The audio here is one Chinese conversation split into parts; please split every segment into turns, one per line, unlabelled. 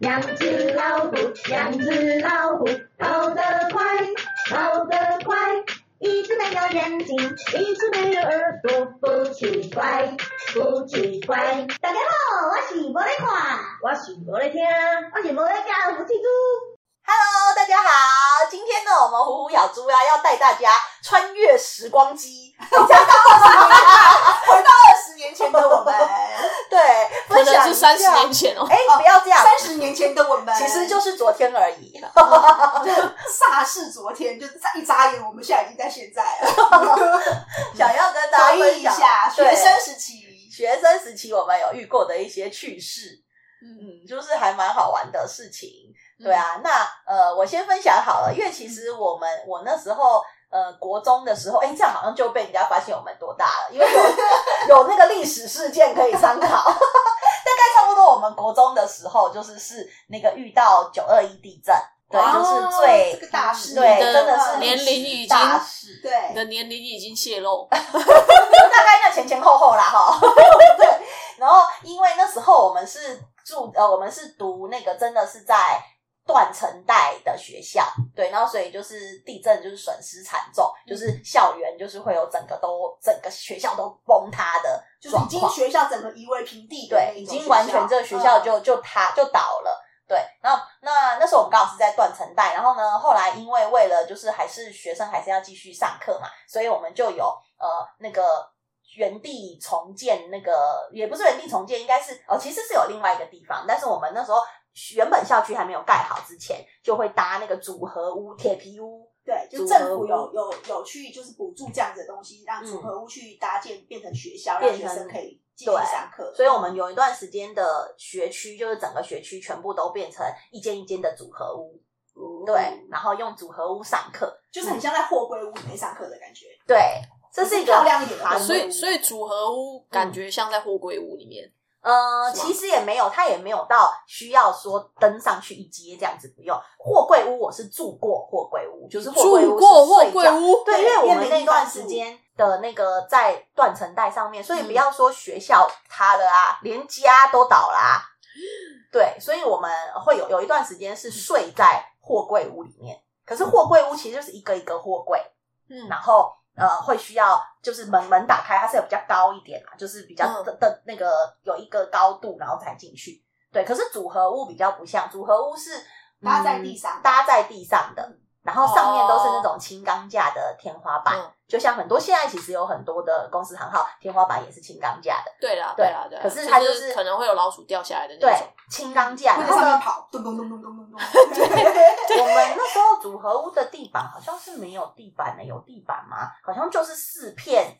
两只老虎，两只老虎，跑得快，跑得快。一只没有眼睛，一只没有耳朵，不奇怪，不奇怪。
大家好，我是无在看，
我是无在听，
我是无在教，我是猪。
Hello，大家好，今天呢，我们虎虎咬猪啊，要带大家穿越时光 机，
回到二十年前 的我们，
对，
可
分
能
享
是
一下
三十年，前哦。
哎、不要这样，
三十年前的我们，
其实 就是昨天而 已。
嗯
煞是昨天，就一眨眼，我们现在已经在现在了。
想要跟 大家
回
分
忆一
享
下学
对
生时期，
学生时期我们有遇过的一些趣事，嗯，就是还蛮好玩的事情。对啊，那呃，我先分享好了，因为其实我们我那时候呃国中的时候，哎，这样好像就被人家发现我们多大了，因为有 有那个历史事件可以参考。 大概差不多我们国中的时候，就是是那个遇到九二一地震，对，
哇
就是最
哦这个大事，嗯
对
你的
真的是
年龄已经
大事。
你
对
的年龄已经泄露，
哎大概那前前后后啦哈。 对，然后因为那时候我们是住呃，我们是读那个真的是在断层带的学校，对，然后所以就是地震就是损失惨重，就是校园就是会有整个都整个学校都崩塌的
就是
状
已经
况，
学校整个夷为平地的那
对，
一
已
种
经完全这个学校
嗯
就就塌就倒了。对，然后那那时候我们刚好是在断层带，然后呢，后来因为为了就是还是学生还是要继续上课嘛，所以我们就有呃那个原地重建，那个也不是原地重建，应该是哦，其实是有另外一个地方，但是我们那时候原本校区还没有盖好之前，就会搭那个组合屋、铁皮屋，
对，就
组
政
合
府
屋
有有有去就是补助这样子的东西，让组
嗯
合屋去搭建变成学校，让
变
学
成
生可以继续
对
上课。
所以我们有一段时间的学区，就是整个学区全部都变成一间一间的组合屋，对，然后用组合屋上课，
就是很像在货柜屋里面上课的感觉，
对，这是一个
漂亮一点的
好
货柜屋，
所以所以组合屋感觉像在货柜屋里面，
呃，
是吗
其实也没有，它也没有到需要说登上去一阶这样子，不用。货柜屋我是住过货柜屋，就是嗯货柜
住
屋
过
是
货
睡
柜
觉。
屋，
对，因为我们那段时
因
间的那个在断层带上面，所以不要说学校塌了啊，连家都倒啦、对，所以我们会有有一段时间是睡在货柜屋里面。可是货柜屋其实就是一个一个货柜，
嗯
然后呃会需要就是门门打开，它是有比较高一点嘛，啊就是比较
嗯
的的那个有一个高度，然后才进去。对，可是组合屋比较不像，组合屋是
搭在地上
嗯搭在地上的，然后上面都是那种轻钢架的天花板，
嗯
就像很多现在其实有很多的公司行号天花板也是轻钢架的，
对啦，
对
啦，对啦。
可是它就是
是可能会有老鼠掉下来的
对
那种，，
轻钢架。
会
然
在
后
嗯
上面
呢，
跑，咚咚咚咚咚咚咚。
我们那时候组合屋的地板好像是没有地板的，有地板吗？好像就是四片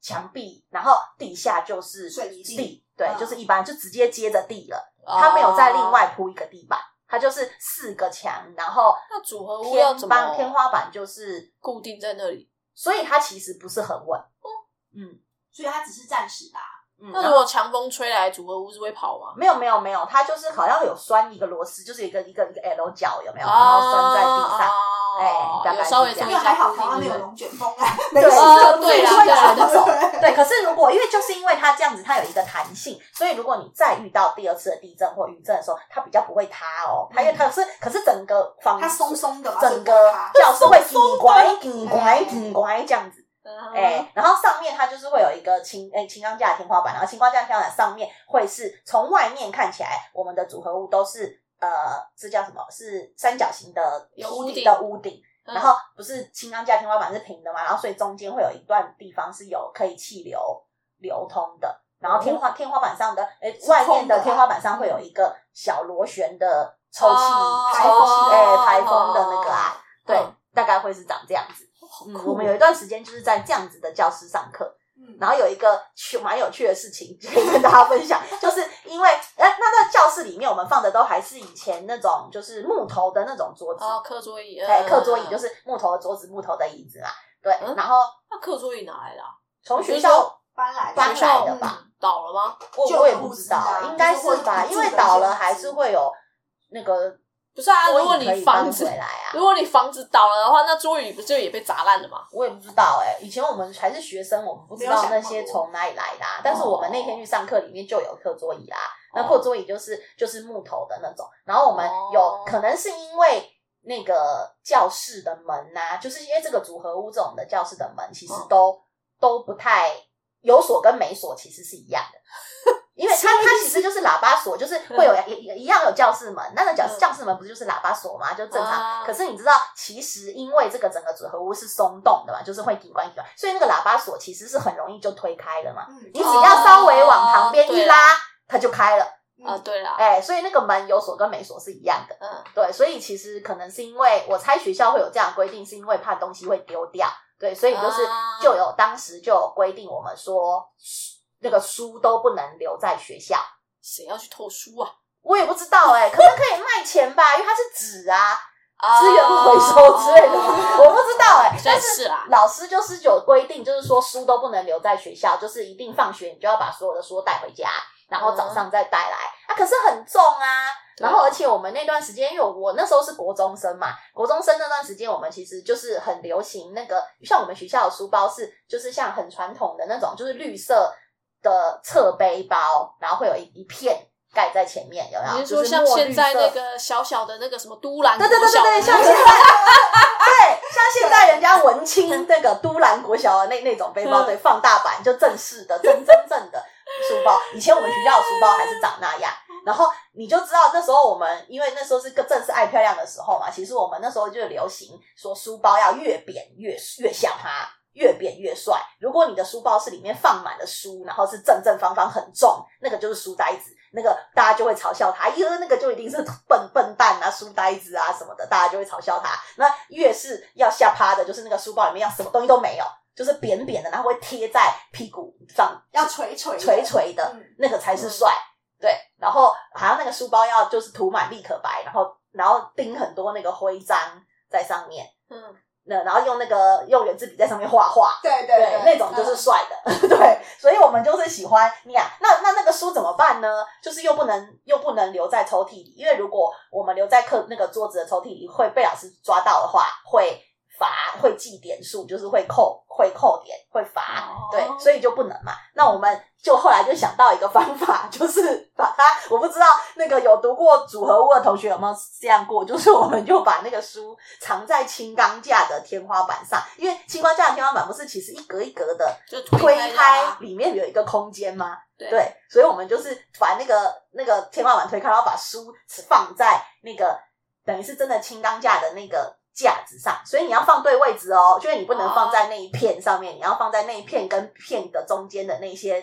墙壁，然后地下就是
水泥地
地，对，
嗯
就是一般就直接接着地了。
哦
它没有再另
啊
外铺一个地板，它就是四个墙，然后
那组合屋要
天
怎
板天
么
花板就是，
固定在那里？
所以它其实不是很稳。
哦
嗯
所以它只是暂时的啊、
嗯，
那如果强风吹来，组合屋是会跑吗？
没有没有没有，它就是好像有拴一个螺丝，就是一个一个一个 L 角
哦
有没有？然后拴在地上。
哦
哎大概
有
是
稍微
这样
松一
因为还好台
下
湾
固
没
定
有
的。
龙卷风啊，没
对
事
哦
自己
对啦
会
对啦
卷的走。
对，可是如果因为就是因为它这样子，它有一个弹性，所以如果你再遇到第二次的地震或余震的时候，它比较不会塌哦。它因为它是可是整个房
嗯它松松的嘛，
整个教室会顶拐顶拐
哎
顶拐这样子。
嗯
哎、然后上面它就是会有一个轻哎轻钢架的天花板，然后轻钢架的天花板上面会是从外面看起来，我们的组合屋都是呃，这叫什么？是三角形的
有
屋
屋顶
的屋顶，
嗯
然后不是轻钢架天花板是平的嘛，然后所以中间会有一段地方是有可以气流流通的，然后天花
哦
天花板上的哎、
是
外面
空的
的
啊
天花板上会有一个小螺旋的抽气
哦
排风哎、
哦
排风的那个啊，对，
嗯哦
大概会是长这样子。
好
嗯，
酷
我们有一段时间就是在这样子的教室上课，
嗯
然后有一个趣蛮有趣的事情 可以跟大家分享，就是因为哎，那在教室里面我们放的都还是以前那种就是木头的那种桌子，
哦，课桌椅，
哎、课桌椅就是是木头的桌子、木头的椅子嘛，对，
嗯
然后
那课桌椅哪来的啊？
从学
就是
校
搬来
搬
学校
来的吧，
倒了吗？
我
旧的
我也不知道
物资啊，
应该
就是是会
吧，
补助
因
的
为
一些
倒了
物资
还是会有那个
不是啊，
桌
如果
椅可
你
以搬
房
回
子
来啊。
如果你房子倒了的话，那桌椅不就也被砸烂了吗？
我也不知道哎、以前我们还是学生，我们不知
没有
道
想过
那些从哪里来的、啊。但是我们那天去上课，里面就有课桌椅啦、那课桌椅就是就是木头的那种。然后我们有、
哦
可能是因为那个教室的门呐、就是因为这个组合屋这种的教室的门，其实都、都不太有锁跟没锁，其实是一样的。因为它它其实就是喇叭锁，就是会有也也一样有教室门，那个教
嗯
教室门不就是喇叭锁吗？就正常。
啊
可是你知道，其实因为这个整个组合屋是松动的嘛，就是会紧关紧关，所以那个喇叭锁其实是很容易就推开的嘛。
嗯
你只要稍微往旁边一拉，
哦
它就开了。
啊，对啦，
哎、所以那个门有锁跟没锁是一样的。
嗯，
对，所以其实可能是因为我猜学校会有这样的规定，是因为怕东西会丢掉。对，所以就是
啊
就有当时就有规定，我们说那个书都不能留在学校。
谁要去偷书啊？
我也不知道哎、可能可以卖钱吧，因为它是纸啊，资源
啊
回收之类 的，我不知道哎、
好像
但
也
是
哦是啊啦，
老师就是有规定，就是说书都不能留在学校，就是一定放学你就要把所有的书带回家，然后早上再带来。啊，可是很重啊。
对
然后，而且我们那段时间，因为我那时候是国中生嘛，国中生那段时间，我们其实就是很流行那个，像我们学校的书包是，就是像很传统的那种，就是绿色的侧背包，然后会有一一片盖在前面，有没有？
你是说
啊就
像
墨绿
现在
色
那个小小的那个什么都兰
对对对对对，像
小
现在，对，像现在人家文青那个都兰国小的那那种背包，对，放大版就正式的、正真正的书包。以前我们学校的书包还是长那样，然后你就知道那时候我们，因为那时候是个正是爱漂亮的时候嘛，其实我们那时候就流行说书包要越扁越越像它。越扁越帅。如果你的书包是里面放满了书，然后是正正方方很重，那个就是书呆子，那个大家就会嘲笑他。哎呦，那个就一定是笨笨蛋啊、书呆子啊什么的，大家就会嘲笑他。那越是要下趴的，就是那个书包里面要什么东西都没有，就是扁扁的，然后会贴在屁股上
要垂垂的
垂垂的，
嗯
那个才是帅。对，然后好像那个书包要就是涂满立可白，然后然后钉很多那个徽章在上面，
嗯，
那然后用那个用圆珠笔在上面画画，
对对嗯
对，那种就是帅的， 对，所以我们就是喜欢你啊。那那那个书怎么办呢？就是又不能又不能留在抽屉里，因为如果我们留在课那个桌子的抽屉里，会被老师抓到的话，会罚，会记点数，就是会扣会扣点，会罚。
哦
对，所以就不能嘛。那我们就后来就想到一个方法， 就是把它，我不知道那个有读过组合物的同学有没有这样过，就是我们就把那个书藏在轻钢架的天花板上，因为轻钢架的天花板不是其实一格一格的
就推
推
开
开
啦，
里面有一个空间吗？
对
对，所以我们就是把那个那个天花板推开，然后把书放在那个等于是真的轻钢架的那个架子上，所以你要放对位置哦，就是你不能放在那一片上面，你要放在那一片跟片的中间的那些，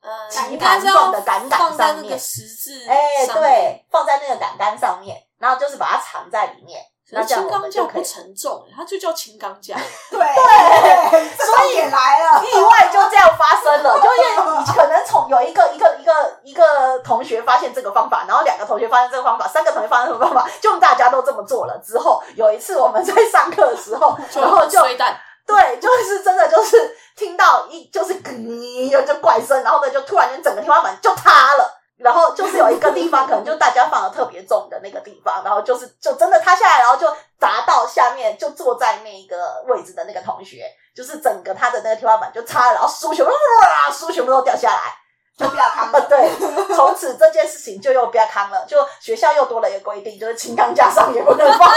嗯，
棋
应该
盘
是要
状的杆杆
放在
上
那个
面
十字，
哎、对，放在那个杆杆上面，然后就是把它藏在里面，
可
那
是
这样
轻
我
钢
们就
架
可
不
以。
沉重，它就叫轻钢架。
对对，所以也来了，
意外就这样发生了，就因为你 可能从有一个一个一个一个同学发现这个方法，然后两个同学发现这个方法，三个同学发现这个方法，就大家都这么做了。之后有一次我们在上课的时候， 然后就
吹蛋，啊
对， 就是真的就是听到一就是咯有一阵怪声，然后呢就突然间整个天花板就塌了。然后就是有一个地方，可能就大家放的特别重的那个地方，然后就是就真的塌下来，然后就砸到下面就坐在那个位置的那个同学，就是整个他的那个天花板就塌了，然后书全部哇，书全部都掉下来。
就不要扛
啊，
了。
对，从此这件事情就又不要扛了，就学校又多了一个规定，就是轻钢架上也不能放。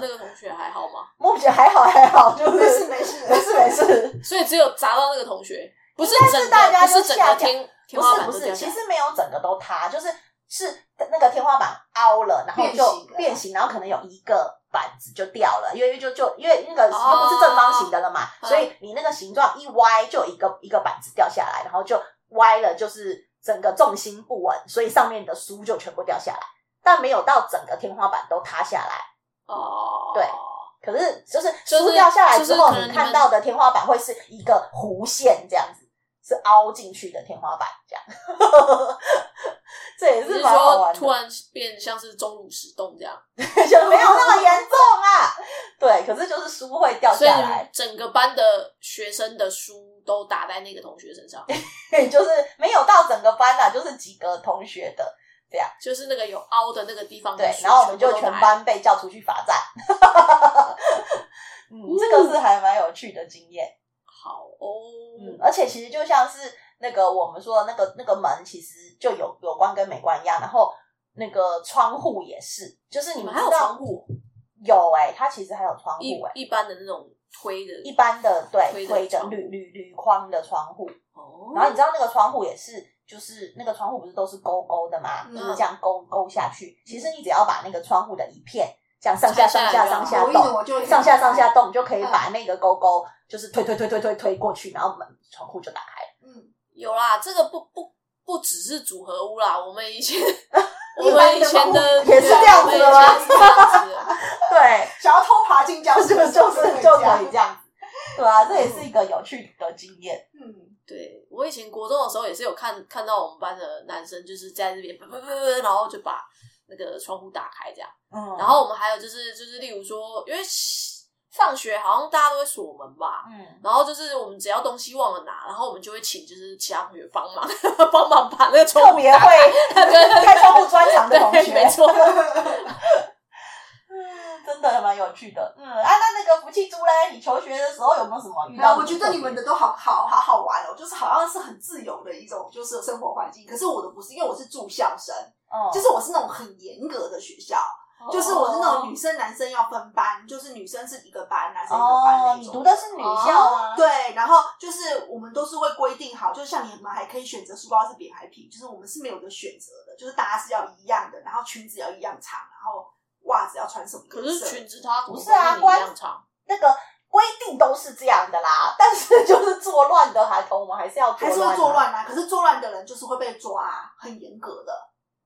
那个同学还好吗？
目前还好还好，就
没事
是
没 事，
没事没事。
所以只有砸到那个同学，不是
应该是
整
大
个，
家
不
就是
整
下
个
架
天
不
天花
是
板
不
都掉
是，
下
其
来
实没有整个都塌，就是是那个天花板凹了，然后
变
就
形了
变形，然后可能有一个板子就掉了，因为就就因为那个
哦
又不是正方形的了嘛，
嗯
所以你那个形状一歪，就有一个一个板子掉下来，然后就歪了，就是整个重心不稳，所以上面的书就全部掉下来，但没有到整个天花板都塌下来。
哦，
对可是就是
就是
书掉下来之后，
就
你
是可能你们
看到的天花板会是一个弧线这样子，是凹进去的天花板这样。 这也
你
是
是
蛮好
说
玩
突
的，
然变像是钟乳石洞这样，
就没有那么严重啊。对，可是就是书会掉
所以
下
你
来
们，整个班的学生的书 都打在那个同学身上。
啊就是没有到整个班啦、就是几个同学的。这样
就是那个有凹的那个地方的
对，
书
然后我们就
哦部都
全
拿来
班被叫出去罚站。 嗯，这个是还蛮有趣的经验。
好哦，
嗯，而且其实就像是那个我们说的那个那个门，其实就有有关跟没关一样，然后那个窗户也是，就是
你
你
们
们
还
知
有
道
窗户，
有哎、它其实还有窗户
一
哎、
一般的那种推的，
一般的对
推的
推的
窗户
铝铝铝框的窗户，
哦，
然后你知道那个窗户也是，就是那个窗户不是都是勾勾的吗？
嗯
就是这样勾勾下
嗯
去。其实你只要把那个窗户的一片这样上下上下上下
我
哦
一
动，
我就
上下上，下动，你就可以
嗯
把那个勾勾就是推推推推推推过去，然后门窗户就打开了。
嗯，
有啦，这个不不不只是组合屋啦，我们 以前我
一般
们
的
以前的
也是这样子的吗？
对我们以 前是这样子的
对，
想要偷爬进教
就
室
是就是就可以这
样，
样子。对啊，这也是一个有趣的经验。
嗯，
对我以前国中的时候也是有看看到我们班的男生就是在这边啪啪啪啪啪，然后就把那个窗户打开这样。
嗯
然后我们还有就是就是例如说，因为放学好像大家都会锁门吧。
嗯，
然后就是我们只要东西忘了拿，然后我们就会请就是其他同学帮忙 帮忙把那个窗
特
户
别
打
会
开。对
开窗户专长的同
对，
学
没，错。
嗯真的还蛮有趣的。嗯，啊，那那个福气猪嘞，你求学的时候有没有什么遇
那
到？
我觉得你们的都好好好好玩哦，就是好像是很自由的一种就是生活环境，可是我的不是，因为我是住校生，
嗯，
就是我是那种很严格的学校，
哦
就是我是那种女生男生要分班，就是女生是一个班，男生一个班
哦，
那
你
种。
读的是女校啊吗？
对，然后就是我们都是会规定好，就像你们还可以选择书包是扁还平，就是我们是没有得选择的，就是大家是要一样的，然后裙子要一样长，然后袜子要穿什么
可
颜
是
色
裙子它
不是啊
一
关
样长，
那个规定都是这样的啦，但是就是作乱的孩童，我们还是要作
还
乱
是
啊
会作乱啊，可是作乱的人就是会被抓、啊，很严格的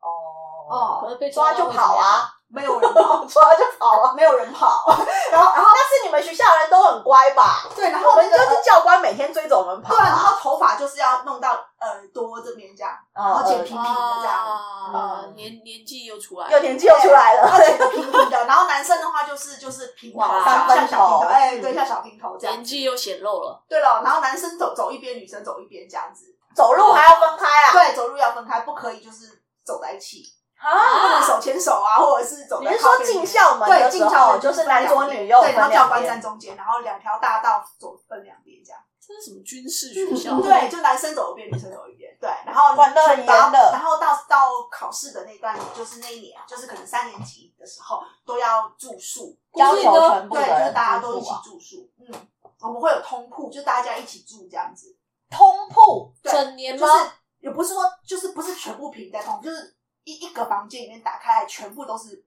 哦，
哦，
可是被
抓就跑啊，
没有人跑，
抓就 跑啊。
没有人跑，然后然后
但是你们学校的人都很乖吧？
对，然
我
后
们
那
就
个
是教官每天追着我们跑
对，然
啊，
后头发就是要弄到耳朵这边这样，然
哦
后剪平平的这样。
啊
嗯，
年年纪又出来了，
有年呃纪又出来
然
了，
后剪得平平的，然后男生的话就是就是平头，
哇
像像小平头，
嗯
哎，对，像小平头这样
年。纪又显露了。
对了，然后男生走走一边，女生走一边这样子。
走路还要分开啊。
对，走路要分开，不可以就是走在一起，
啊，
不能手牵手啊，或者是走
你
在
是
靠
说
边。
进校门
对，
的时
进校
候
门
就是
分
男
两
左
边
女右
对，然
分
后教
两
官
边
站？中间，然后两条大道走分两边这样。
这是什么军事学校？
嗯
对，就男生走一边，女生走一边。对，然后
管得很严
然后
的
然后到到考试的那段，就是那一年，啊就是可能三年级的时候都要住宿，
要求全部
对，
的
就是
人
大家都
住
一起
宿啊
住宿。嗯，我们会有通铺，就大家一起住这样子。
通铺
对
整年
就
吗？
是也不是说，就是不是全部平在通铺，就是一一个房间里面打开来，全部都是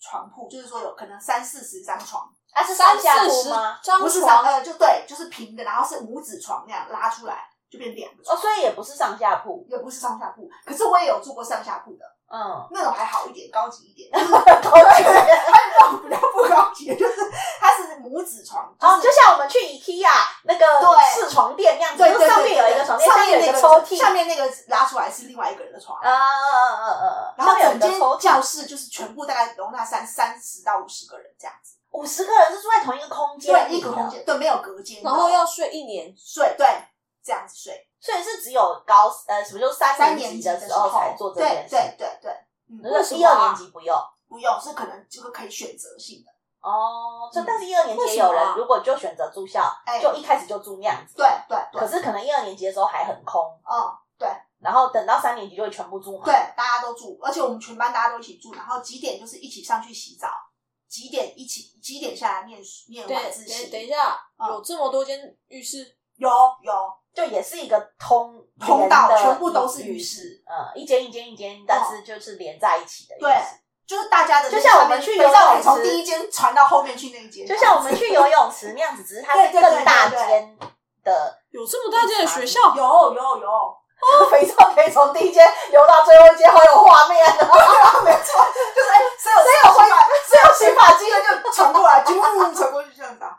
床铺，就是说有可能三四十张床，
啊是
三
上下
四
铺
十
吗？
张
不是三
床，
呃，就对，就是平的，然后是五指床那样拉出来，就变两个
哦，
床。
所以也不是上下铺，
也不是上下铺，可是我也有住过上下铺的，
嗯，
那种还好一点，高级 一点。就是
高级
那种比较不高级，就是它是母子床，
哦，
就
就是像我们去 IKEA 那个
对
试床垫那样子，
对
就
对
上
对
面有一个
对，
床
对
垫，
上
面
面
有一
那
个
个
抽屉，
下面那个拉出来是另外一个人的床
啊，嗯嗯嗯嗯，
然后
上面有一
整
个
间
抽屉，
教室就是全部大概容纳三三十到五十个人这样子，
五十个人是住在同一个空间，
对，一个空，间，对，没有隔间的，
然后要睡一年，
睡，对，这样子睡，
所以是只有高呃，什么就三
三
年
级
级
的
的
时
时候才做这
对
件事，
对对对，嗯
那
什
是
么
一
啊
二年级不用。
不用，是可能就是可以选择性的，
哦，所以
嗯
但是一二年级
为
也
什么
有
啊
人如果就选择住校，
哎
就一开始就住那样子。
对对对
可，是可能一二年级的时候还很空，
嗯。
然后等到三年级就会全部住满。
对，大家都住，而且我们全班大家都一起住，然后几点就是一起上去洗澡，几点一起几点下来念书念
对，
晚自
等
习。
等一下，
啊
有这么多间浴室，
有有，
就也是一个通
通道
连的
全部都是浴室，
呃，一间一间一间，但是就是连在一起的浴
对
室。
就是大家的
就
那个
像我
上
们
面
去
肥
游
皂
泳
可以从
池
第一间传到后面去那一间，
就像我们去游泳池那样子，只是它
对
是
对对对
更大间的
有这么大间的学校，
有有有，
肥皂可以从第一间流到最后一间，好有画面啊！
没错，就是哎，所以我
所以我
所以把
是有洗发精
这个就传过来，就传过去这样子啊。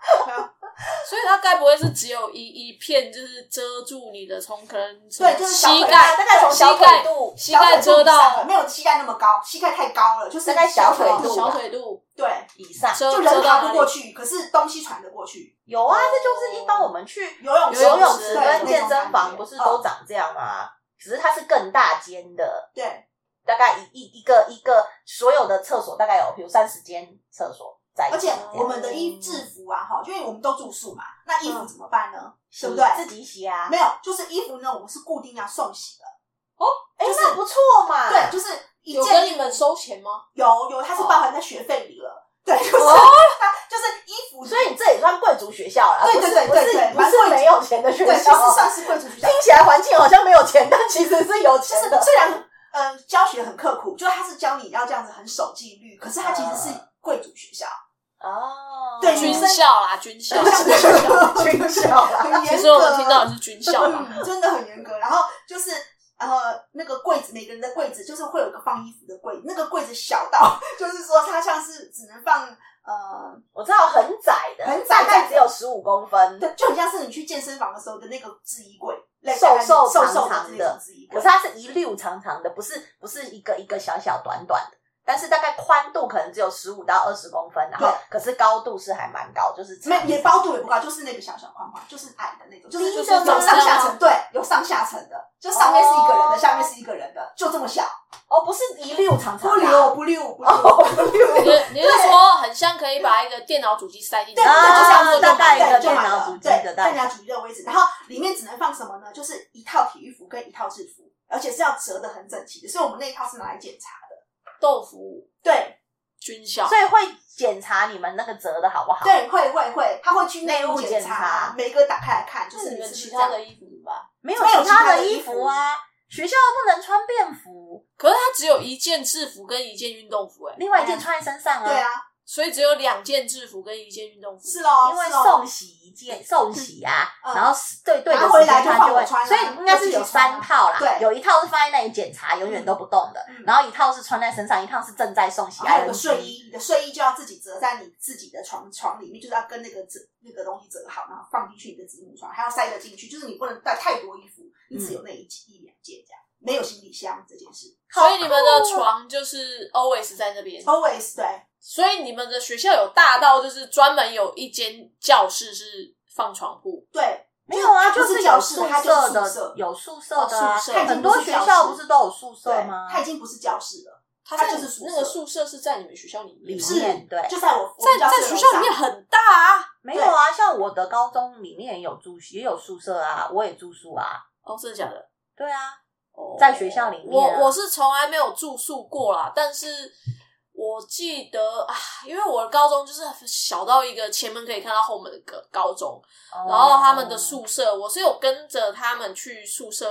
所以它该不会是只有一一片，就是遮住你的从可能什么
对就是小
膝
腿
盖，
大概从
膝
小腿
盖
肚
膝盖
小腿肚
遮
以上
到
没有膝盖那么高，膝盖太高了，就是
大概小腿肚
小腿肚，
对，
以上
遮
就
遮
人爬
到哪
不
里
过去，可是东西传得过去。
有啊，这就是一般我们去
游泳池、
游泳
池
池
对嗯
跟健身房不是都
对
长这样吗？只是它是更大间的，
对
大概一一一个一个所有的厕所大概有比如三十间厕所在一
而
起嗯
且
这样，
我们的
哦
衣制服啊，哈，因为我们都住宿嘛，那衣服
嗯
怎么办呢？
洗
对不对？
自己洗啊，
没有，就是衣服呢，我们是固定要送洗的。
哎，
就是
那不错嘛，
对，就是一
有
件
跟你们收钱吗？
有有，它是包含在学费里了。对，就是
哦
它就是衣服，
所以你这也算贵族学校啦，
对
不是
对对
不是
对对
不
蛮贵
是
族
没有钱的学
对，其
校
实
哦，
算是贵族学校
听。起来环境好像没有钱，但其实是有
就
钱
是
的。
虽然呃教学很刻苦，就是他是教你要这样子很守纪律，可是他其实
嗯
是贵族学校，
哦
对
军
女生
校啦，军校。
像
其
是学校
军校啦，
很严格。
实我们听到的是 军校嘛，
嗯真的很严格。然后就是。然后那个柜子，每个人的柜子就是会有一个放衣服的柜子，那个柜子小到 就是说它像是只能放呃，
我知道很窄的，
很
大
窄
概只有十五公分，
对，就很像是你去健身房的时候的那个制衣柜，类似
瘦
那种
瘦
瘦
长
瘦
长
那
的
种制衣
可
柜
是。它是一溜长长的，不是不是一个一个小小短短的。但是大概宽度可能只有十五到二十公分，然后
对
可是高度是还蛮高，就是
没也包度也不高，就是那个小小宽宽，就是矮的那种，就是
低的
有
吗
上下层，对，有上下层的，就上面是一个人的，
哦
下面是一个人的，就这么小，
哦，不是一溜长
不
长的啊，
溜不溜不
哦
溜，
不 溜，
你你是说很像可以把一个电脑主机塞进去，
对，
就
啊
这样做
大概
就买
一个
了
对，就
电
买
脑
了
主机
对
的大
电脑主机的位置，然后里面只能放什么呢？就是一套体育服跟一套制服，而且是要折的很整齐的，所以我们那一套是拿来检查的，
豆腐
对
军校
所以会检查你们那个折的好不好？
对，会会会，他会去内
哦内务
务
检
检
查
查，每个打开来看，就
那
是
你们
是不是
其
这
他
样
嗯
的衣服怎么办？
没有
没
其他
有其他
的
的
衣
衣
服
服
啊，学校不能穿便服，
可是它只有一件制服跟一件运动服，哎，
另外一件穿在身上
对啊，
所以只有两件制服跟一件运动服。
是喽，
因为
是咯
哦送洗一件送洗啊，
嗯
然后是对对的
拿回
时
来
间
就
它
换
就
我
会，
穿啊
所以应该是有三套啦
我自己穿啊，对
有一套是放在那里检查，永远都不动的
嗯，
然后一套是穿在身上，一套是正在送洗，
然后有个
ING
睡，衣，你的睡衣就要自己折在你自己的床床里面，就是要跟那个折那个东西折好，然后放进去你的子母床，还要塞得进去，就是你不能带太多衣服，你
嗯
只有那一件一两件这样，没有行李箱这件事。
所以你们的床就是 always 在那边，
Always 对，
所以你们的学校有大到就是专门有一间教室是放床铺，
对，
没有啊，
它不
就是有
教室
宿
它就
舍
是宿
的
舍，
有宿舍的啊
哦宿舍它已经不是
很多学校不是都有宿舍
对
吗，？
它已经不是教室了，
它
它
在
就是宿舍
那个宿舍是在你们学校里面
里
吗，
是
面对，
就在我我
在
们教室
在
的
学
楼
校里
上
面很大啊。
没有啊，像我的高中里面也有住也有宿舍啊，我也住宿啊，
哦，真的假的？
对啊，
哦
在学校里面啊
我我是从来没有住宿过啦，但是我记得啊，因为我的高中就是小到一个前门可以看到后门的高高中，
哦
然后他们的
宿，
宿舍，我是有跟着他们去宿舍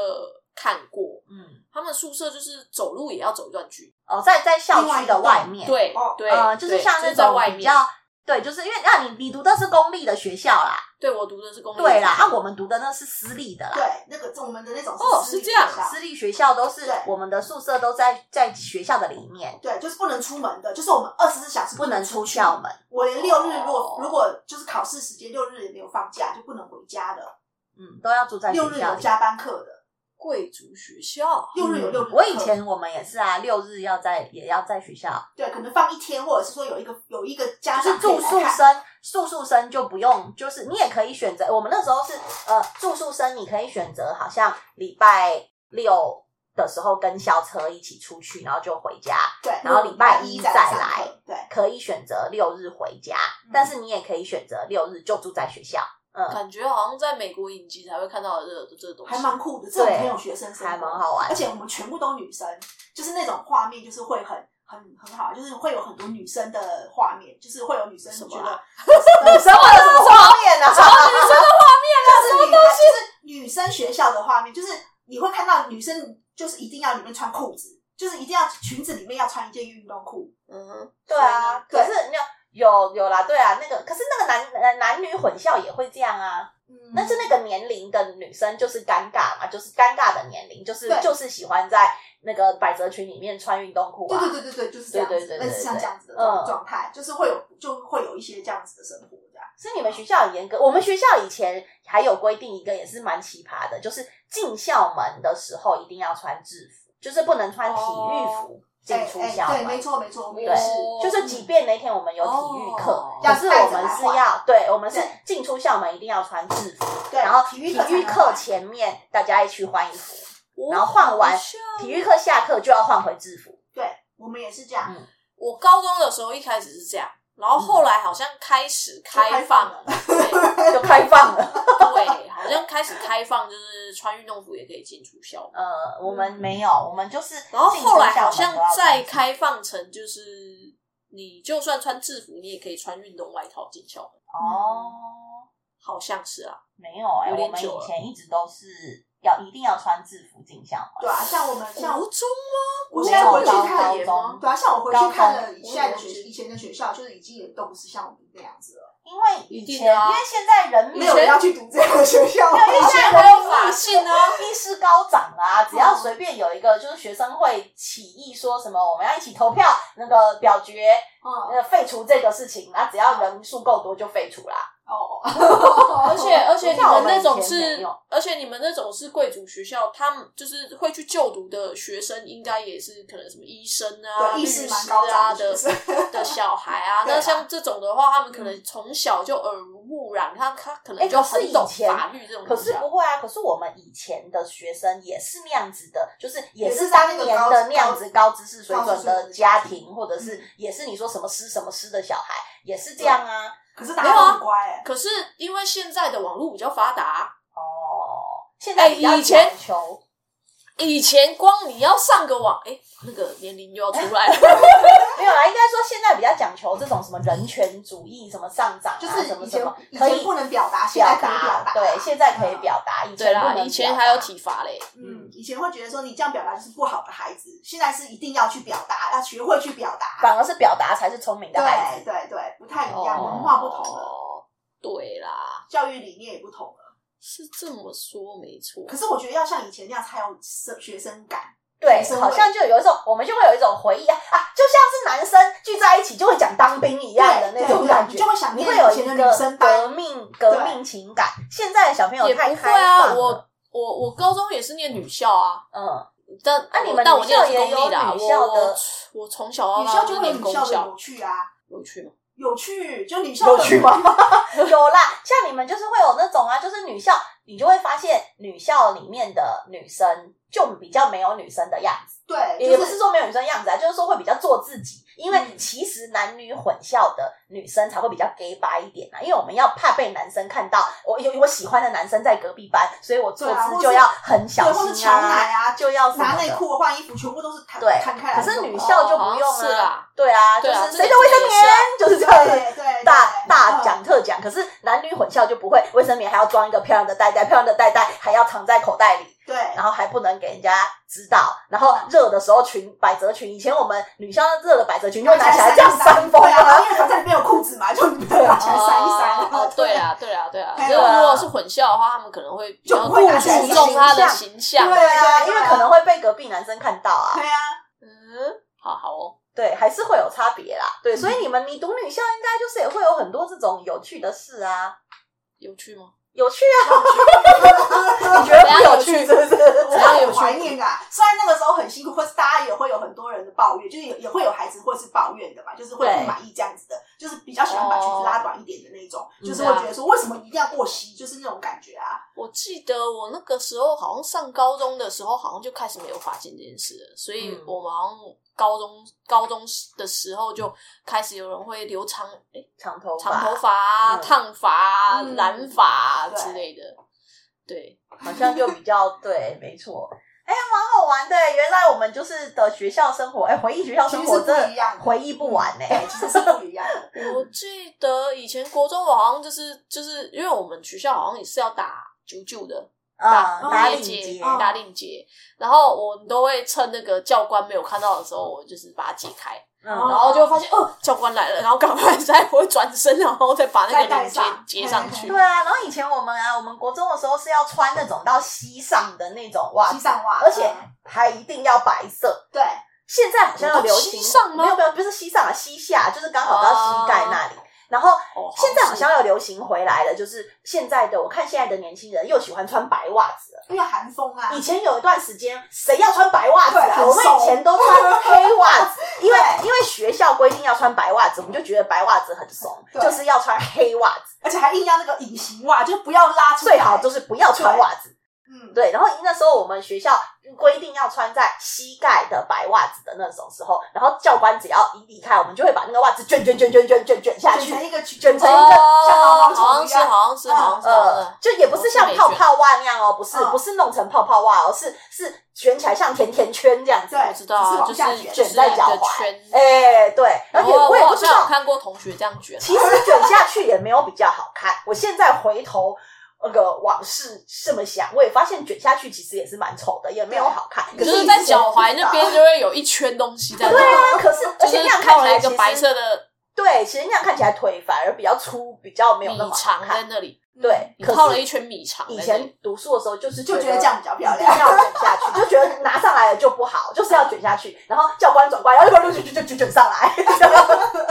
看过，
嗯，
他们宿舍就是走路也要走一段距离。
哦，在在校区的外面，
对
哦
对，
呃，就是
对
像那
是在
种
外
比
面。
较。对，就是因为那你你读的是公立的学校啦，
对我读的是公立，
对啦，啊，我们读的那是私立的啦，
对那个我们的那种
哦
私立
是这样
学校
私立学校都是
对
我们的宿舍都在在学校的里面，
对，就是不能出门的，就是我们二十四小时
不能出
出去
校。门。
我连六日如
哦
果如果就是考试时间，六日也没有放假，就不能回家的。
嗯，都要住在学
六日
校
有
里。
加班课的，
贵族学校，
六日有六日
嗯
的课。
我以前我们也是啊，六日要在也要在学校，
对，可能放一天，或者是说有一个有一个
就
家
是
长
住
可以
宿
来看
生，住宿生就不用，就是你也可以选择。我们那时候是呃住宿生，你可以选择好像礼拜六的时候跟校车一起出去，然后就回家，
对，
然后礼拜一
再
再
上
来
课对，
可以选择六日回家，
嗯
但是你也可以选择六日就住在学校，嗯，
感觉好像在美国影集才会看到的这个这个东西，
还蛮酷的，这种很有学生生活，
还蛮好玩
而。且我们全部都女生，就是那种画面，就是会很很很好，啊就是会有很多女生的画面，就是会有女生
什么
觉得
啊
女生会有什么画面啊呢、
就是女孩，就是女生学校的画面，就是你会看到女生就是一定要里面穿裤子，就是一定要裙子里面要穿一件运动裤，
嗯哼，
对啊，
对
可是没有有有啦，对啊，那个可是那个男男男女混校也会这样啊，
嗯
但是那个年龄的女生就是尴尬嘛，就是尴尬的年龄，就是
对
就是喜欢在那个百褶裙里面穿运动裤
对
啊，
对对对对，就是这样
对对
子，
对对
类似像
对
这样子的
嗯
状态，就是会有就会有一些这样子的生活这样。
是你们学校很严格，我们学校以前还有规定一个也是蛮奇葩的，就是进校门的时候一定要穿制服，就是不能穿体育服进
哎
出
哎
校
对，
门
没。错没错，我们也
对
是。
就是即便那天我们有体育课
哦，
可是我们是要对，我们是
对
进出校门一定要穿制服，
对
然后
体
体
育课才
育
能
课
换
前面大家一起换衣服，然后换完
我好像
体育课下课就要换回制服。
对我们也是这样，
嗯
我高中的时候一开始是这样，然后后来好像开始开放了，
就开放了。
对，对好像开始开放，就是穿运动服也可以进出校门。
呃，我们没有，我们就是
然后后来好
进
像
出校门都要
再
穿制服
开放成就是，你就算穿制服，你也可以穿运动外套进校门，
哦，
好像是啊。
没有哎、
有点
我们
久了
以前一直都是要一定要穿制服进校门。
对啊，像我们像
国中
我现在回去看
高中
了，对啊，像我回去看
高
了
中
现在的学以前的学校，就是已经也都不是像我们那样子了，
因为以
一定
前、
的啊
因为现在人民
没有人要去读这样的 学校。
因为
吗？
现在人
现在还
民
有法性啊，嗯
意识高涨啦、只要随便有一个就是学生会起义说什么我们要一起投票那个表决
嗯，
呃废除这个事情，那只要人数够多就废除啦。
哦，
而且而且你
像我
们
们
那种
以前没
是
有，
而且你们那种是贵族学校，他们就是会去就读的学生，应该也是可能什么医生啊、
对，
律
意识
师
蛮高
啊
涨
的
的学生，
的小孩 啊。
对啊
那像这种的话，他们可能从小就耳濡目染，他他可
哎
能就
可是
很
以
懂
前
法律这种
可
东西
是
啊。
不会啊，可是我们以前的学生也是那样子的，就是也
也
是
是在
当
那个
年
高
的那样子高知识水
高
准
知水
的
准
家庭，或者
嗯
是也是你说什么师什么师的小孩，也是这样啊。
可是大家都很乖哎，
可是因为现在的网络比较发达，
哦，现
哎
在比较
以前
讲求
以前光你要上个网，哎、那个年龄又要出 来了。
没有啦，应该说现在比较讲求这种什么人权主义，什么上涨啊，
就是
什么
以
什
前
么
以
可以
前不能表达，现
表
在可以表
达
达，，
对，现在可以表达，以
对
前不
啦，
能啊
以前
表
还有
达
体罚嘞。
嗯，以前会觉得说你这样表达就是不好的孩子，现在是一定要去表达，要学会去表达。
反而是表达才是聪明的孩
对
子。
对对，不太一样，
哦
文化不同
啊
了，
对啦，
教育理念也不同了。
是这么说没错。
可是我觉得要像以前那样才有生学生感，
对
学，生
好
会
像就有一种，我们就会有一种回忆啊，啊就像是男生聚在一起就会讲当兵一
对
样的那
对
种
对
感
你
觉
就，会想
你
念
会有
以
一
前的
个
女生
革
班。
命革命情感。现在的小朋友
也
太
不会
开
啊，
放了，
我我我高中也是念女校啊，
嗯，
但
啊你们
但
女
我念的
校
是
也
公
有
立的啊，
女
我
校的
我我从小到
哦
女
大
校
都
就会
念
有女
公
校的
校
有，趣啊，
有趣吗？
有趣，就女校
有
的
趣吗？？ 有啦，像你们就是会有那种啊，就是女校，你就会发现女校里面的女生就比较没有女生的样子。
对，
也
就
不是
是
说没有女生样子啊，就是说会比较做自己，因为
嗯
其实男女混校的女生才会比较 gay 吧一点啊，因为我们要怕被男生看到，我有我喜欢的男生在隔壁班，所以我坐
对啊
姿
或
就是要很小
对，或是
心
乔奶
啊，
啊，就
就要什么
拿
的
内。裤换衣服，全部都是摊
对
摊开
可
来的那
是
种。
女校就
好
不
像
用
哦是啦
啊，对啊，就
对啊
是
这个
谁的卫
这
生
个也
棉
是啊
就是这样
对对
大
对
大
嗯
讲特讲，可是男女混校就不会，卫生棉还要装一个漂亮的袋袋，漂亮的袋袋还要藏在口袋里，
对，
然后还不能给人家知道，然后热的时候裙百褶裙，以前我们女校热的百褶裙就会拿起来这样扇风
对啊，
啊，哦
因为反正里面有裤子嘛，就你拿起来扇一扇。
哦，对，啊，对啊，对啊。
还
如
有
啊
果如果是混校的话，他们可能会比较
就不
注
会打扮
重他的形象。
对啊，
因为可能会被隔壁男生看到啊
对，啊，
嗯，好好哦。
对，还是会有差别啦，对，所以你们你读女校应该就是也会有很多这种有趣的事啊，
有趣吗？
有趣啊，你觉得不有趣是不是？
我很怀念啊。虽然那个时候很辛苦，或是大家也会有很多人的抱怨，就是也也会有孩子或是抱怨的嘛，就是会不满意这样子的，就是比较喜欢把裙子拉短一点的那种，就是会觉得说为什么一定要过膝，就是那种感觉啊。
我记得我那个时候好像上高中的时候，好像就开始没有发现这件事了，所以
嗯
我们好像高中高中的时候就开始有人会留长诶、
长头
长
发，
头发啊、
嗯
烫发啊、
嗯
染发啊
对
之类的，对，
好像就比较对，没错。哎、蛮好玩的。原来我们就是的学校生活，哎、回忆学校生活
其实是不
真
一样的嗯
回忆不完呢、
对，哎其实是不一样 的。
我记得以前国中我好像就是就是因为我们学校好像也是要打九九的，
啊，
嗯打
打
打
领
领结，
结，
哦
打领结，然后我都会趁那个教官没有看到的时候，我就是把它解开，
嗯
哦，
然后就发现哦，教官来了，然后赶快再我转身，然后再把那个领结接上去。
对啊。然后以前我们啊，我们国中的时候是要穿那种到膝上的那种袜
西
子，
上袜，嗯
而且还一定要白色。
对，
现在好像要流行
有到膝上吗
没有没有，不是膝上啊，膝下就是刚好到膝盖那里。然后
哦
现在好
像
像要流行回来了，就是现在的我看现在的年轻人又喜欢穿白袜子了。
因为寒风啊，
以前有一段时间，谁要穿白袜子
对
啊？
很
我们
熟
以前都穿黑袜子，因为因为学校规定要穿白袜子，我们就觉得白袜子很怂，
对
就是要穿黑袜子，
而且还硬要那个隐形袜，就不要拉出来，
最好就是不要穿袜子。
嗯，
对，然后那时候我们学校规定要穿在膝盖的白袜子的那种时候，然后教官只要一离开，我们就会把那个袜子卷卷卷卷卷卷卷下
卷
去，
成一个卷
卷成一个像毛
哦
毛，
好
虫
像
一
是，
样。
好像是，好像是，好像
呃
是，
就也不是像泡泡袜那样哦，不是，
嗯
不是弄成泡泡袜哦，是是卷起来像甜甜圈这样子。
对，
我知道啊，
只
就是
往下
是
卷
就是
卷在
一
脚
个
踝
圈。哦
哎，对，而且
我
也
好
不知
像有
道，
看过同学这样卷啊，
其实卷下去也没有比较好看。 我现在回头那个往事这么想，我也发现卷下去其实也是蛮丑的，也没有好看。可
嗯就是是
以
在
前
脚
不知
踝那
道
边就会有一圈东西在那
对
里，
啊，可是而
就
且
是
那样看
靠
起
了
来
一个白
其实
色的
对，其实那样看起来腿反而比较粗，比较没有
米
那么好
肠在
看。
那里，
对，
你
可
套了
是
一圈米肠在
以
那里。
前读书的时候就是
就觉
觉
得这样比较漂
一定
亮。
要卷下去，就觉得拿上来了就不好，就是要卷下去。然后教官转过来，然后就就就就卷上来。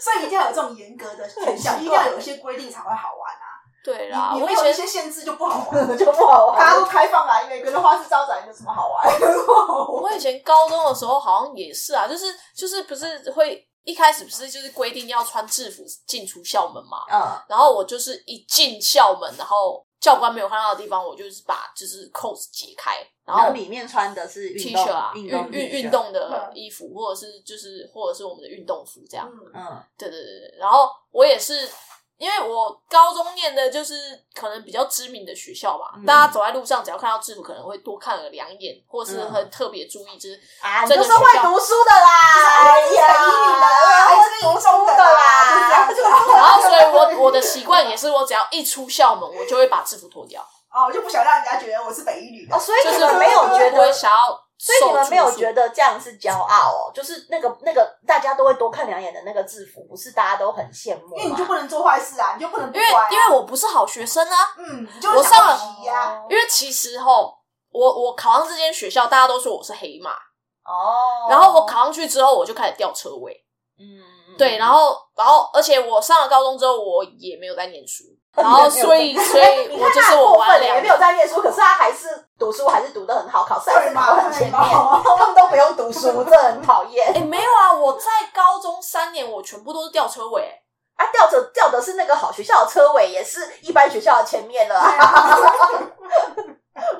所以一定要有这种严格的选项，
很
一
奇
定
怪
要有一些规定才会好玩啊。
对啦，
你你
我
没
以
有一
前
些限制就不好玩，
就不好
大家
玩。
都开放啊，每个人花枝招展，有什么好玩？
我以前高中的时候好像也是啊，就是就是不是会一开始不是就是规定要穿制服进出校门嘛，
嗯，
然后我就是一进校门，然后教官没有看到的地方，我就是把就是扣子解开，然后
里面穿的是
T 恤啊，运运运，动的
嗯
衣服，或者是就是或者是我们的运动服这样。
嗯，
嗯
对对对对，然后我也是，因为我高中念的就是可能比较知名的学校嘛，
嗯
大家走在路上只要看到制服，可能会多看了两眼，或是很特别注意，就是
嗯啊，你
这
就
个
是会读书的啦，哎
哎呀，一女的啦，
啊
还是读中的啦，就这样子。
然后，所以我我的习惯也是，我只要一出校门，我就会把制服脱掉，
哦，我就不想让人家觉得我是北一女的
哦，。所以
就
哎你
是
们没有觉
我
得
也想要
所以你
受
们没
注
有
塑
觉得这样是骄傲哦？就是那个那个大家都会多看两眼的那个制服，不是大家都很羡慕
因为你
吗
就？不能做坏事啊，你就不能不
因为
乖、啊。
因为我不是好学生啊，
嗯，你就
我上
哦
啊了
呀、
因为其实吼，我我考上这间学校，大家都说我是黑马，
哦，
然后我考上去之后，我就开始掉车尾。
嗯，嗯
对，然
后
后，然后，而且我上了高中之后，我也没有在念书，然 后，所以，所以
哎你
我
看
就
他
是
很
我
过
玩
分，也
两
没有在念书，可是他还是读书还是读得很好，考试还
对
是考
嘛，
得很前
对
面，哦
嘛
他们都不用读书，这很讨厌
哎、没有啊，我在高中三年，我全部都是吊车尾、
啊！吊着吊的是那个好学校的车尾，也是一般学校的前面了啊、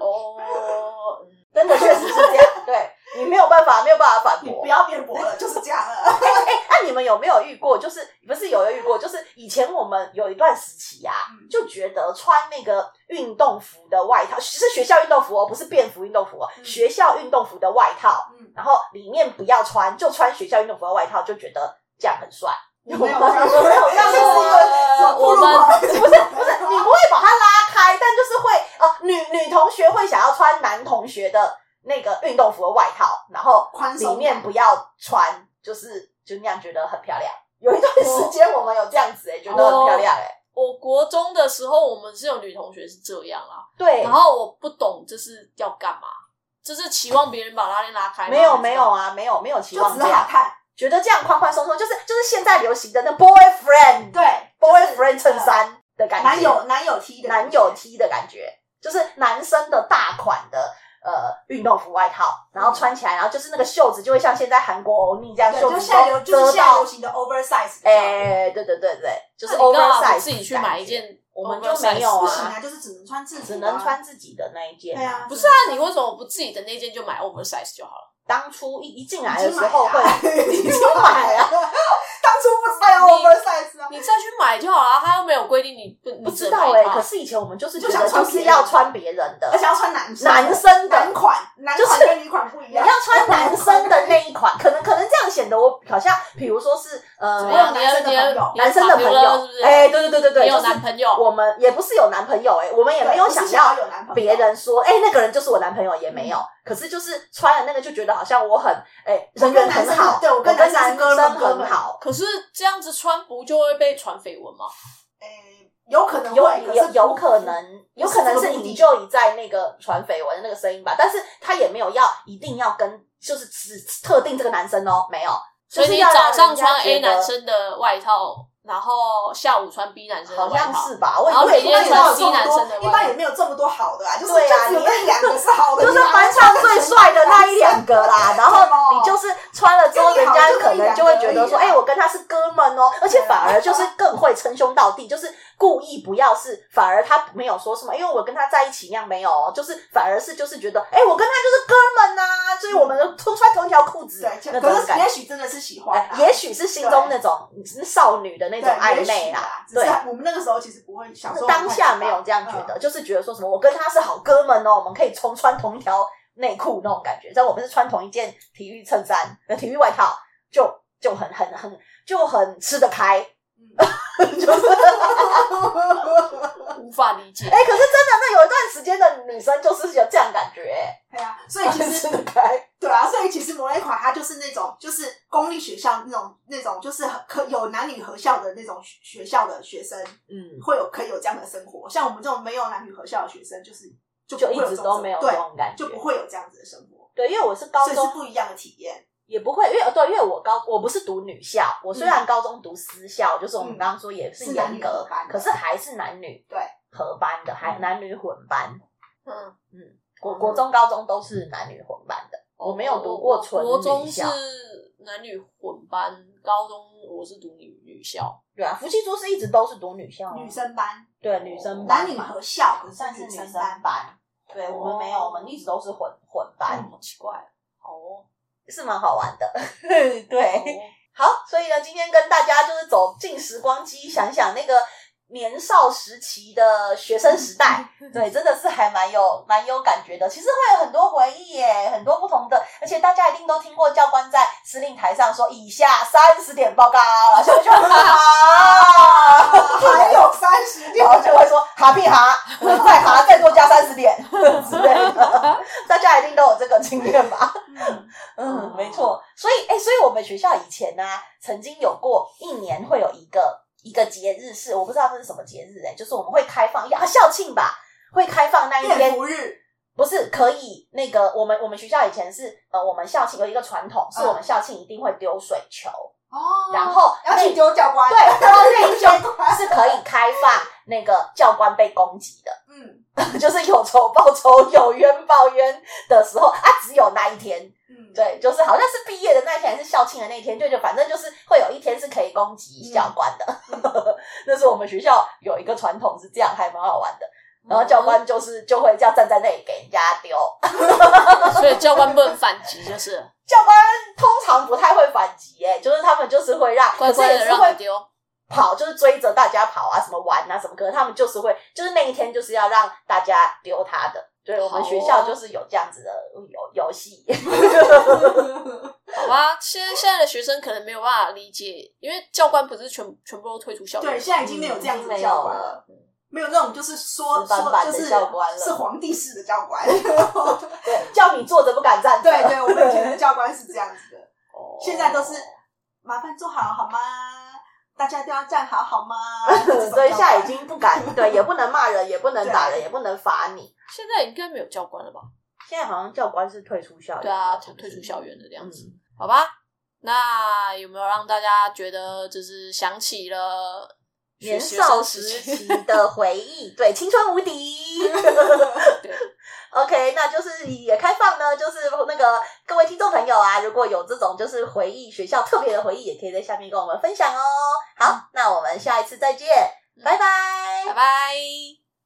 哦，
真的确实是这样，对你没有办法，没有办法反
你
驳
不。要辩驳了，就是这样了。
哎、那、你们有没有遇过？就是不是有遇过？就是以前我们有一段时期啊，
嗯
就觉得穿那个运动服的外套，是学校运动服哦，不是便服运动服哦，
嗯
学校运动服的外套，
嗯，
然后里面不要穿，就穿学校运动服的外套，就觉得这样很帅。
我没有
我
这样
我没有这样
那就是一个
呃我们
不是不 是
你不会把它拉开，但就是会呃，女女同学会想要穿男同学的那个运动服的外套，然后
宽松
里
感
面不要穿，就是就那样觉得很漂亮。有一段时间我们有这样子哎、觉得很漂亮哎、
我国中的时候，我们是有女同学是这样啊，
哦对
然，后我不懂这是要干嘛，就是期望别人把拉链拉开吗，
没有没有啊，没有没有期
就
望
只
这
是好
样，
看，
觉得这样宽宽松松，就是就是现在流行的那 boyfriend
对，
boyfriend 衬衫的感觉，
男友男友 T 的
男友 T 的感觉，就是男生的大款的呃运动服外套，然后穿起来，然后就是那个袖子就会像现在韩国欧尼这样
对，
袖
就
子
现在流
都
就是
遮
现在流
到，
行的 oversize，哎，
哎，对对对对，就是
那你干嘛
oversize，
不自己去买
感觉，
一件 oversize，
我们就没有
不行
啊
啊，就是只能穿制服，
只能，穿啊自己的那一件。
对，啊，
不是啊，你为什么不自己的那件就买 oversize 就好了？
当初一一进来
已
的
经
时
买
候会
啊
已经买啊了，
当初不知道要 oversize 啊，
你再去买就好了，他又没有规定 你不
不
不
知道哎。可
是
是以前我们就是觉
就想
得
穿
就是
别人
要
的
穿别人的
而，且要穿男生
男生的
男款，男
就
款
是
跟女款不一
你
样，
要穿男生的那一款，可能可能这样显得我好像，比如说是呃
怎么
我有
样？你
男
的
生的
你
朋
男生的朋
友
的
友
是不是？，
哎，对对对对对，
你
就
有
是
男朋友？
我们也不是有男朋友哎、我们也
对
没有
不是
想
要
要
有男朋友
别人说哎、那个人就是我男朋友也没有，可是就是穿了那个就觉得好像我很哎、人缘很好，
对我
跟
跟
男
男
生
生是哥们哥
很
们
好，
可是这样子穿不就会被传绯闻吗？
诶，哎有可能
有
会，可
有
是
有
不
可能有可能
不是
是
这个目
你
的
就在那个传绯闻的那个声音吧，但是他也没有要一定要跟就是只特定这个男生哦，没有，
所以
就是
你
要
早
让
上
人家
穿
觉
A 男
得
生的外套，然后下午穿 B 男生的
好
外
像
套
是，吧？我
然后
我也
每
不
天
知
穿
道
有这
有这么
么
多
多，一般也没有这么多好的啊，就是就
对啊
只有那两个是好的，
就是
你哪 哦
班上最帅的那一两个啦，然后你就是穿了之后，人
跟你好
家
就
可
跟你
能
讲
就会觉得说，
而已
哎、
啊
我跟他是哥们哦，而且反而就是更会称兄道弟，就是故意不要是，反而他没有说什么，因为我跟他在一起一样没有哦，就是反而是就是觉得，哎、我跟他就是哥们呐、所以我们都穿同一条裤子
对，
那
可
种
是
感
也
觉。
许真的是喜欢
哎
啊，
也许是心中那种少女的那
对
种暧
也
昧
许
啦
啦，，只
对
是，我们那个时候其实不会想说
当下没有这样觉
嗯
得，就是觉得说什么我跟他是好哥们哦，我们可以从穿同一条内裤那种感觉，但我们是穿同一件体育衬衫、呃体育外套，就就很很很就很吃得开，哎就是
嗯。
无法理解
哎、。可是真的，那有一段时间的女生就是有这样感觉、
对啊，所以
哎，
其
很
实
吃得开，
对啊，所以其实某一款它就是那种，就是公立学校那种那种，就是很可有男女合校的那种学学校的学生，
嗯，
会有可以有这样的生活。像我们这种没有男女合校的学生，就是就不
就
会
一
有
直
这种
都
生
没有这
对，
种感觉
就，不会有这样子的生活，
对，因为我是高
所以
中
是不一样的体验。
也不会，因为呃对，因为我高我不是读女校，我虽然高中读私校，就是我们
嗯
刚刚说也是
是男
严
女
格
合，班的
可是还是男女
对
合班的，还
嗯
男女混班。
嗯，
嗯，国国中、高中都是男女混班的，
哦
我没有读过纯
国中
女
是
校。
男女混班，高中我是读女女校，
对啊，夫妻桌是一直都是读女校啊，
女生班，
对女生班
男女合校，可
算
是
是女
生
生班。对我们没有，我们一直都是混混
嗯
班，
好奇怪啊，好哦，
是蛮好玩 的。
好
对
哦，
哎好，所以呢，今天跟大家就是走进时光机，想想那个年少时期的学生时代，对，真的是还蛮有蛮有感觉的。其实会有很多回忆耶，很多不同的，而且大家一定都听过教官在司令台上说：“以下三十点报告。”然后就就哈，
还有三十
然
六
后就会说哈屁哈，再哈再多加三十点之类的， 大家一定都有这个经验吧？
哦
嗯，没错。所以，哎、所以我们学校以前呢、曾经有过一年会有一个一个节日是，我不知道这是什么节日、哎，就是我们会开放啊校庆吧，会开放那一
恋
天
福日，
不是可以那个我们我们学校以前是呃我们校庆有一个传统，是我们校庆一定会丢水球，
嗯 哦
然后
要
那
去丢教官，
对，然后那一天
教官
是可以开放那个教官被攻击的。
嗯
就是有仇报仇，有冤报冤的时候啊，只有那一天。
嗯，
对，就是好像是毕业的那一天，还是校庆的那一天，就就反正就是会有一天是可以攻击
嗯
教官的。 那是我们学校有一个传统是这样，还蛮好玩的。然后教
嗯
官就是就会这样站在那里给人家丢，
所以教官不能反击，就是
教官通常不太会反击、欸，就是他们就是会让，可
乖乖
是
的
也是
让
会
你丢。
跑，就是追着大家跑啊，什么玩啊，什么，可是他们就是会，就是那一天就是要让大家丢他的。对我
好
们
哦
学校就是有这样子的游游戏，
好吧，现在现在的学生可能没有办法理解，因为教官不是全全部都退出校园，
对，现在已经没有这样子的教官了。没有那种就是说
死板板
说
的
就是
教官了
是皇帝式的教官，
对，叫你坐着不敢站着。
对对，我们以前的教官是这样子的，
哦
现在都是麻烦坐好好吗？大家都要站好好 吗？这 种
所以现
教
在
官
已经不 敢，对，也不能骂人，也不能打人，
对
也不能罚你。
现在应该没有教官了吧？
现在好像教官是退出校园，
对啊，
是
退
不是
退出校园的这样子，
嗯
好吧？那有没有让大家觉得就是想起了学
年少时
学生
期的回忆，对，青春无敌。
对，
OK，那就是也开放呢，就是那个各位听众朋友啊，如果有这种就是回忆学校特别的回忆，也可以在下
嗯
面跟我们分享哦。好，那我们下一次再见，拜拜
拜拜。